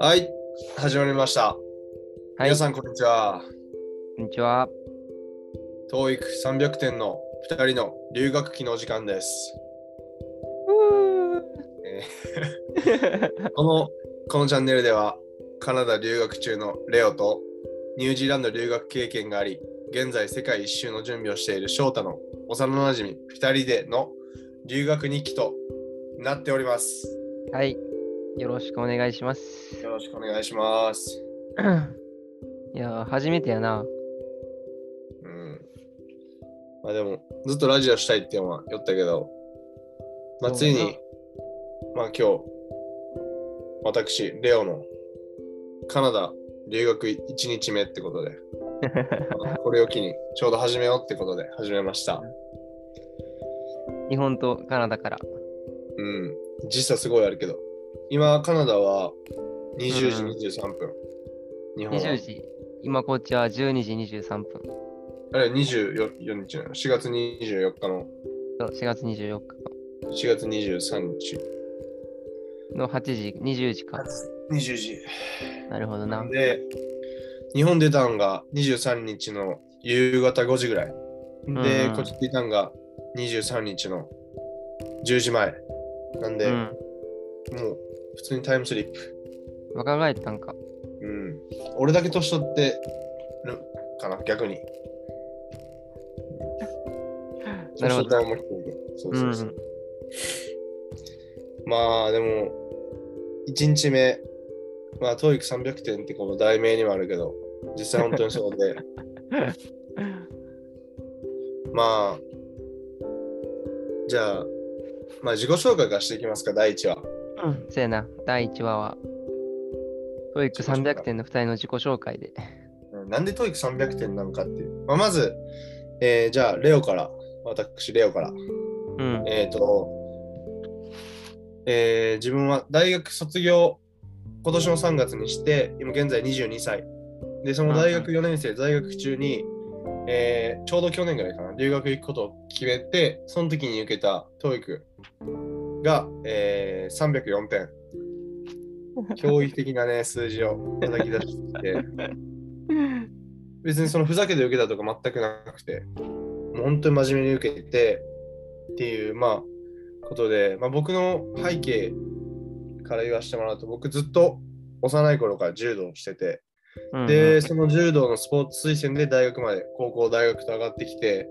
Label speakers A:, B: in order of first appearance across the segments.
A: はい、始まりました。
B: はい
A: 皆さん、こんにちは。
B: こんにちは。
A: TOEIC300 点の2人の留学期のお時間です。えーこのこのチャンネルでは、カナダ留学中のレオとニュージーランド留学経験があり、現在世界一周の準備をしている翔太の幼なじみ2人での留学日記となっております。
B: はい。よろしくお願いします。
A: よろしくお願いします。
B: いやー、初めてやな。
A: うん。まあでも、ずっとラジオしたいっていうのは言ったけど、まあ
B: そう
A: つ
B: だ
A: い
B: な
A: に、まあ今日、私、レオのカナダ留学1日目って ことで、まあこれを機にちょうど始めようってことで始めました。
B: 日本とカナダから。
A: うん。時差すごいあるけど、今カナダは
B: うん
A: 20時23分。日本は
B: 20時。今こっちは12時23分。
A: あれ24日なの ?4 月24日の
B: そう4月24日
A: 4月23日。
B: の8時、20時か。
A: 20時。
B: なるほどな。
A: で、日本出たんが23日の夕方5時ぐらい。で、
B: うん
A: こっち出たんが23日の10時前。なんで、
B: うん。
A: もう普通にタイムスリップ。
B: 若返ったんか。
A: うん。俺だけ年取ってるかな、逆に。
B: なるほど
A: 年取った思ってるけどそう
B: う
A: そうそう。
B: ん。
A: まあでも、1日目、まあ、トーイック300点ってこの題名にもあるけど、実際本当にそうで、まあ、じゃあ、まあ自己紹介からしていきますか、第1話。
B: うん。せやな。第1話は。トイック300点の2人の自己紹介で。
A: なんでトーイック300点なのかっていう。まあ、まず、えーじゃあ、レオから、私、レオから。
B: うん。
A: えっ、と、えー自分は大学卒業、今年の3月にして、今現在22歳。で、その大学4年生、在学中に、えーちょうど去年ぐらいかな、留学行くことを決めて、その時に受けた TOEIC が、えー304点。驚異的なね、数字を叩き出してて。別にそのふざけて受けたとか全くなくて、もう本当に真面目に受けてっていう、まあ、ことで、まあ、僕の背景から言わせてもらうと、僕ずっと幼い頃から柔道をしてて、
B: うん
A: で、、その柔道のスポーツ推薦で大学まで、高校、大学と上がってきて、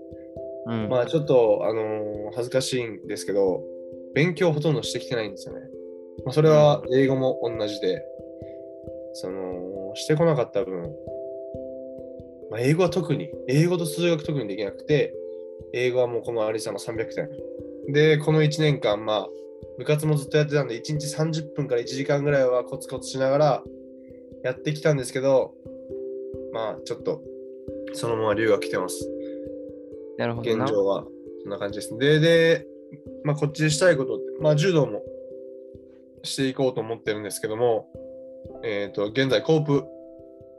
B: うん。
A: まあちょっと、あのー恥ずかしいんですけど、勉強ほとんどしてきてないんですよね。まあ、それは英語も同じで、その、してこなかった分、まあ、英語は特に、英語と数学特にできなくて、英語はもうこのアリさんの300点。で、この1年間、まあ、部活もずっとやってたんで、1日30分から1時間ぐらいはコツコツしながらやってきたんですけど、まあ、ちょっと、そのまま留学来てます。
B: なるほど
A: 現
B: な。
A: 状はそんな感じです。で、で、まあ、こっちでしたいことって、まあ、柔道もしていこうと思ってるんですけども、えっ、と、現在、コープ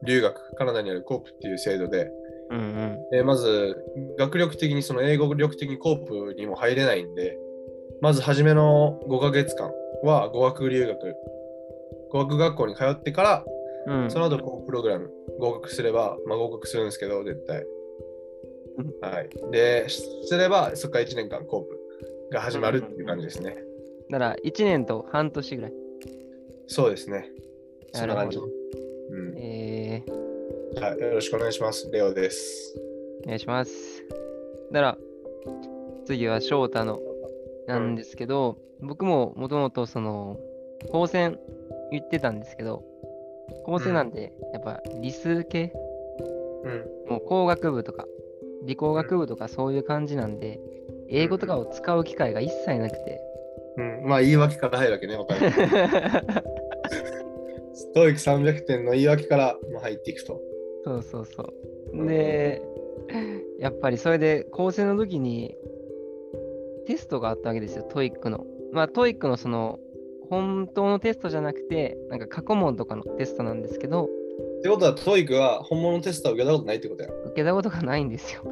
A: 留学、カナダにあるコープっていう制度で、
B: うんうん。
A: えーまず、学力的に、その英語力的にコープにも入れないんで、まず初めの5ヶ月間は語学留学、語学学校に通ってから、
B: うん、
A: その後、こうプログラム合格すれば、まあ、合格するんですけど、絶対
B: うん。
A: はい。で、しすれば、そこから1年間、コープが始まるっていう感じですね。
B: なら1年と半年ぐらい。
A: そうですね。そんな
B: な
A: 感
B: る
A: じ。
B: ほど。
A: う
B: えー、
A: ん。はい。よろしくお願いします。レオです。
B: お願いします。なら、次は翔太のなんですけど、僕ももともとその、高専言ってたんですけど、高専なんで、やっぱ理数系、
A: うん。
B: もう工学部とか、理工学部とかそういう感じなんで、英語とかを使う機会が一切なくて。
A: うん、まあ、言い訳から入るわけ ね、お互いストイック300点の言い訳からまあ入っていくと。
B: そうそうそう。で、やっぱりそれで高専の時にテストがあったわけですよ、トイックの。まあトイックのその本当のテストじゃなくて、なんか過去問とかのテストなんですけど、
A: ってことは、トイックは本物のテストは受けたことないってことや。
B: 受けたことがないんですよ。
A: うん、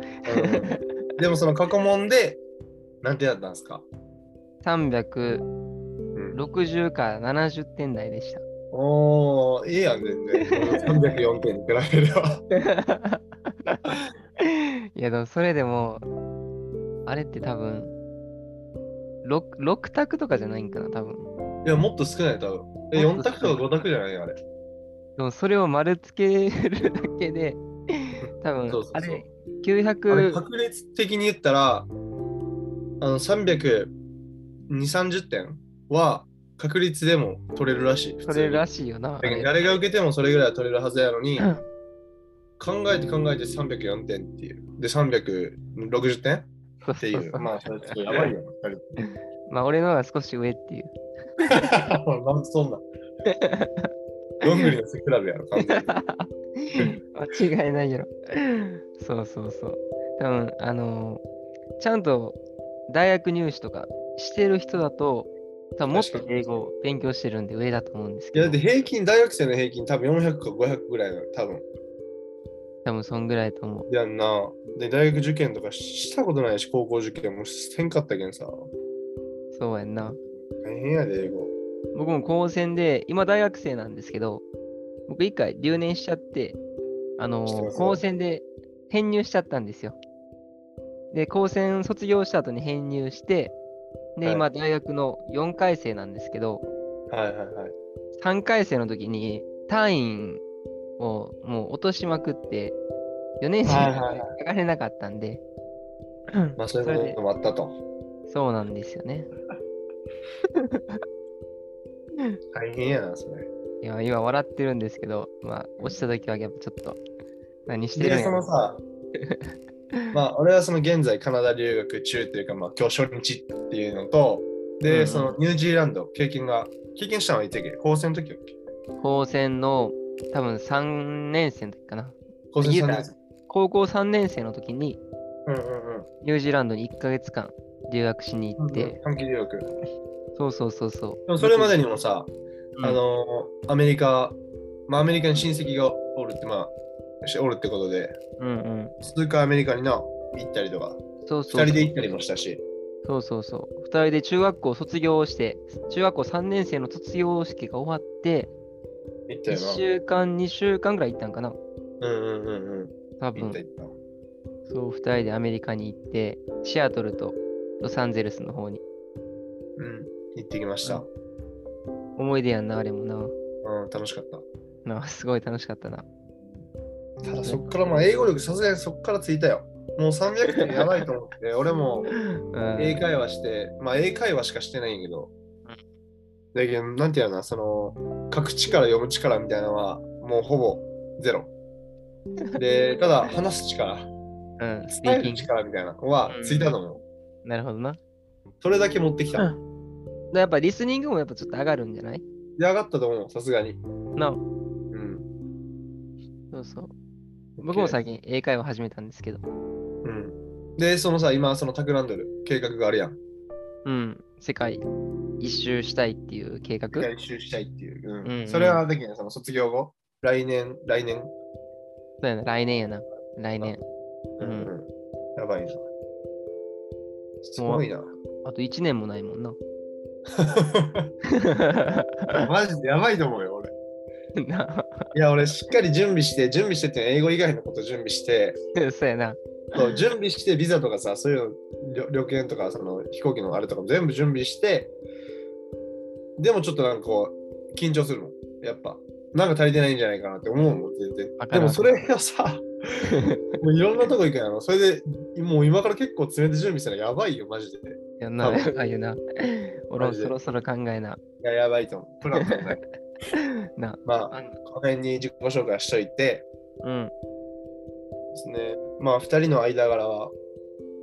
A: でも、その過去問で、何点だったんですかう
B: 360
A: ん、
B: から70点台でした。
A: おー、いいやん、全然。304点に比べれば。
B: いや、でもそれでも、あれって多分、6, 6択とかじゃないんかな、多分。
A: いや、もっと少ない、多分。え、4択とか5択じゃないあれ。
B: でもそれを丸つけるだけで、多分
A: そうそうそう
B: あれ、
A: あれ
B: 900、
A: 確率的に言ったら、あの、320、30点は確率でも取れるらしい。普通に
B: それらしいよな。あれ
A: 誰が受けてもそれぐらいは取れるはずやのに
B: う、ん
A: 考えて考えて304点っていう。で、360点
B: そ
A: っ
B: う
A: てい
B: そ
A: う
B: そう
A: う。 まあ、それちょっとやばいよ。二 人
B: まあ、俺の方が少し上っていう。
A: なんでそ んな。どんぐりの背比べやろ、完全に。
B: 間違いないやろ。そうそうそう。多分あのーちゃんと大学入試とかしてる人だと、多分もっと
A: 確かに
B: 英語を勉強してるんで上だと思うんです
A: い
B: け
A: や、
B: ど、
A: だって平均、大学生の平均多分400か500ぐらいなの、多分。
B: 多分そんぐらいと思う。
A: やんな。で、大学受験とかしたことないし、高校受験もせんかったけんさ。
B: そうやんな。
A: 大変やで、英語。
B: 僕も高専で、今大学生なんですけど、僕一回留年しちゃって、あの
A: してま
B: ー
A: すね
B: 高専で編入しちゃったんですよ。で、高専卒業した後に編入して、
A: は
B: で、
A: い
B: 今大学の4回生なんですけど、
A: はいはいはい。
B: 3回生の時に単位をもう落としまくって4年生
A: はい
B: ま
A: はいはい
B: で上がれなかった んで、
A: まあ、そう
B: それ
A: いう
B: で
A: こともあったと。
B: そうなんですよね。
A: 大変やな、それ。
B: いや今笑ってるんですけど、まあ、落ちた時はやっぱちょっと何してるん
A: で、
B: や
A: そ
B: ろ
A: のさ、 まあ、俺はその現在カナダ留学中っていうか、まあ、今日初日っていうのと、
B: うんう
A: で、
B: ん
A: そのニュージーランド、経験が、経験したのはいつやっけ高専の時やっけ
B: 高専の多分3年生の時かな。
A: 高専3
B: 言
A: 年
B: う
A: 生
B: た。高校3年生の時に
A: うんうんうん。
B: ニュージーランドに1ヶ月間留学しに行って、
A: 短期留学。で
B: そうそうそうそう。
A: もそれまでにもさ、
B: うん
A: あのーアメリカ、まあ、アメリカに親戚がおるって、まあ、しおるってことで、
B: うんうん。
A: 数回アメリカにな、行ったりとか、
B: そうそうそ
A: 二
B: う。
A: 人で行ったりもしたし、
B: そうそうそう。二人で中学校卒業して、中学校3年生の卒業式が終わって、
A: 行った
B: 1
A: よ
B: 週間、2週間ぐらい行ったんかな。
A: な。うんうんうんうん。
B: 多
A: 行っ
B: 分
A: た、行った。
B: そう、二人でアメリカに行って、シアトルとロサンゼルスの方に。
A: うん。行ってきました。
B: 思い出やんな、あれもな。
A: うん、楽しかった。
B: なすごい楽しかったな。
A: ただそっからまあ英語力さすがにそっからついたよ。もう300点やばいと思って、俺も
B: うん。
A: 英会話して、まあ英会話しかしてないんやけど、だけど、なんていうのかな、その、書く力、読む力みたいなのは、もうほぼゼロ。で、ただ話す力、
B: うん、スピ
A: 伝え
B: ー
A: る
B: キング。
A: 力みたいなのはついたのよ。
B: なるほどな。
A: それだけ持ってきた。
B: うやっぱリスニングもやっぱちょっと上がるんじゃない
A: で、上がったと思う、さすがに。
B: な
A: うん。
B: そうそう。僕も最近英会話始めたんですけど。
A: うん。で、そのさ、今、そのタクランドル計画があるやん。
B: うん。世界一周したいっていう計画。
A: 一周したいっていう。うん
B: うんうん
A: それはできない、その卒業後、来年、来年。
B: そうやな、来年やな。来年。うん
A: やばいな。すごいな。
B: あと1年もない もんな。
A: マジでやばいと思うよ、俺。
B: な
A: いや、俺、しっかり準備して、準備してっていうのは英語以外のこと準備して、
B: そうやな。
A: そう準備して、ビザとかさ、そういうの旅旅券とか、その飛行機のあれとかも全部準備して、でもちょっとなんかこう、緊張するもん。やっぱ、なんか足りてないんじゃないかなって思うもん、全然
B: わ。か
A: で
B: る
A: もそれがさ、 もういろんなとこ行くやろ。それで、もう今から結構詰めて準備したらやば いよ、マジで。い
B: やんな、
A: 多分
B: やばいよな。俺
A: マ
B: も
A: ジで
B: そろそろ考えな。
A: や、やばいと思う。プラン考えて
B: な。
A: まあ、
B: あ
A: この辺に自己紹介しといて
B: うん。
A: ですね、まあ、2人の間柄は、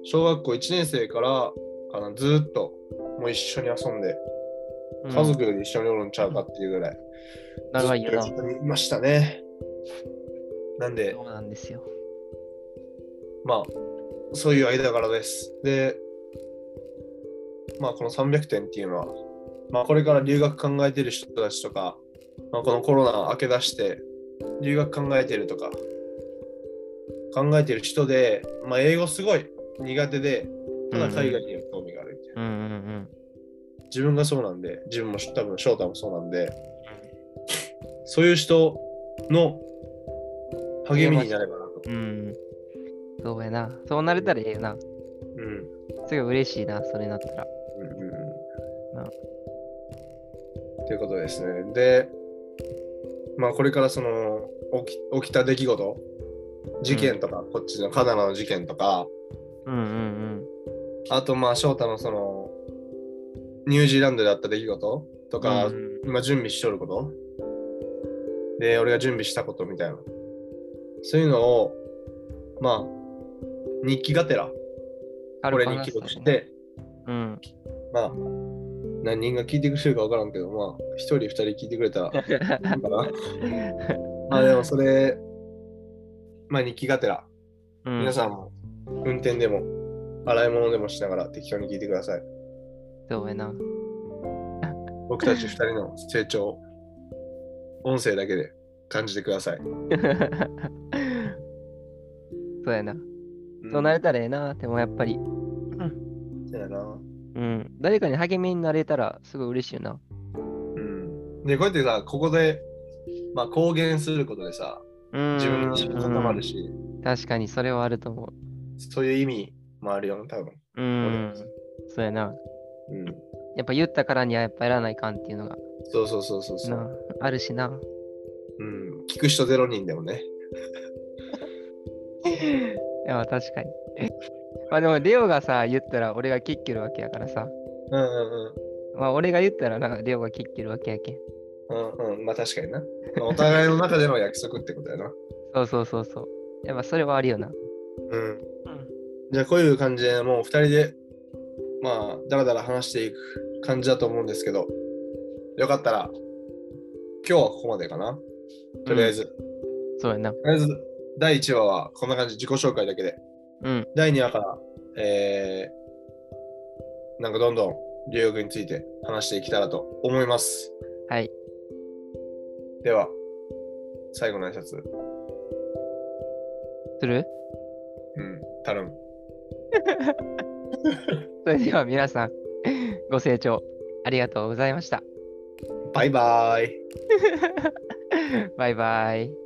A: 小学校1年生からあのずーっともう一緒に遊んで、
B: うん
A: 家族より一緒におるんちゃうかっていうぐらい、
B: 長いよな。
A: ずっといましたね。なんで
B: そ、うなんですよ。
A: まあ、そういう間柄です。で、まあ、この300点っていうのは、まあ、これから留学考えてる人たちとか、まあ、このコロナ明け出して、留学考えてるとか、考えてる人で、まあ、英語すごい苦手で、ただ海外には興味があるみたいな
B: うんうん
A: 自分がそうなんで、自分も多分翔太もそうなんで、そういう人の励みになればなと。
B: うん。そうやな。そうなれたらええよな。
A: うん。
B: すごい嬉しいな、それなったら。
A: うんうんう。
B: なん
A: ということですね。で、まあこれからその起き起きた出来事、事件とか、こっちのカナダの事件とか、
B: うんうん
A: あとまあ翔太のそのニュージーランドであった出来事と
B: うん。
A: か、
B: うん
A: 今準備しとることで俺が準備したことみたいなそういうのをまあ日記がてらこれに記録し。
B: 軽く話す
A: て
B: とうん。
A: まあ何人が聞いてくれるか分からんけどまあ一人二人聞いてくれたらいいか な まあでもそれまあ日記がてら
B: うん
A: 皆さんも運転でも洗い物でもしながら適当に聞いてください
B: そうや な。
A: 僕 たち二人の成長を音声だけで感じてください
B: そうやな。そうなれたらええな。でもやっぱり、
A: そうやな
B: うん。誰かに励みになれたらすごい嬉しいよな。
A: うんでこうやってさここで、まあ、公言することでさ
B: うん。
A: 自分の自信も高まるし、
B: うん。確かにそれはあると思
A: そういう意味もあるよね多分、
B: う。うん。そうやな。
A: うん、
B: やっぱ言ったからにはやっぱやらないかんっていうのが
A: そうそうそうそうそ
B: な
A: う、
B: あるしな。
A: うん、聞く人ゼロ人でもね
B: いや、確かに。まあでも、レオがさ、言ったら俺がキッキるわけやからさ。
A: うんうん
B: まあ俺が言ったらな、レオがキッキるわけやけん。
A: うんうんうんまあ確かにな、まあお互いの中での約束ってことやな、
B: そうそうそうそう。やっぱそれはあるよな。
A: うん、じゃあこういう感じでもう2人でまあだらだら話していく感じだと思うんですけどよかったら今日はここまでかなとりあえず、
B: そうやな。
A: とりあえず第1話はこんな感じ自己紹介だけで
B: うん。
A: 第2話から、えー、なんかどんどん留学について話していけたらと思います。
B: はい。
A: では、最後の挨拶。
B: する
A: うん、頼む。
B: それでは皆さん、ご清聴ありがとうございました。
A: バイバイ。
B: バイバイ。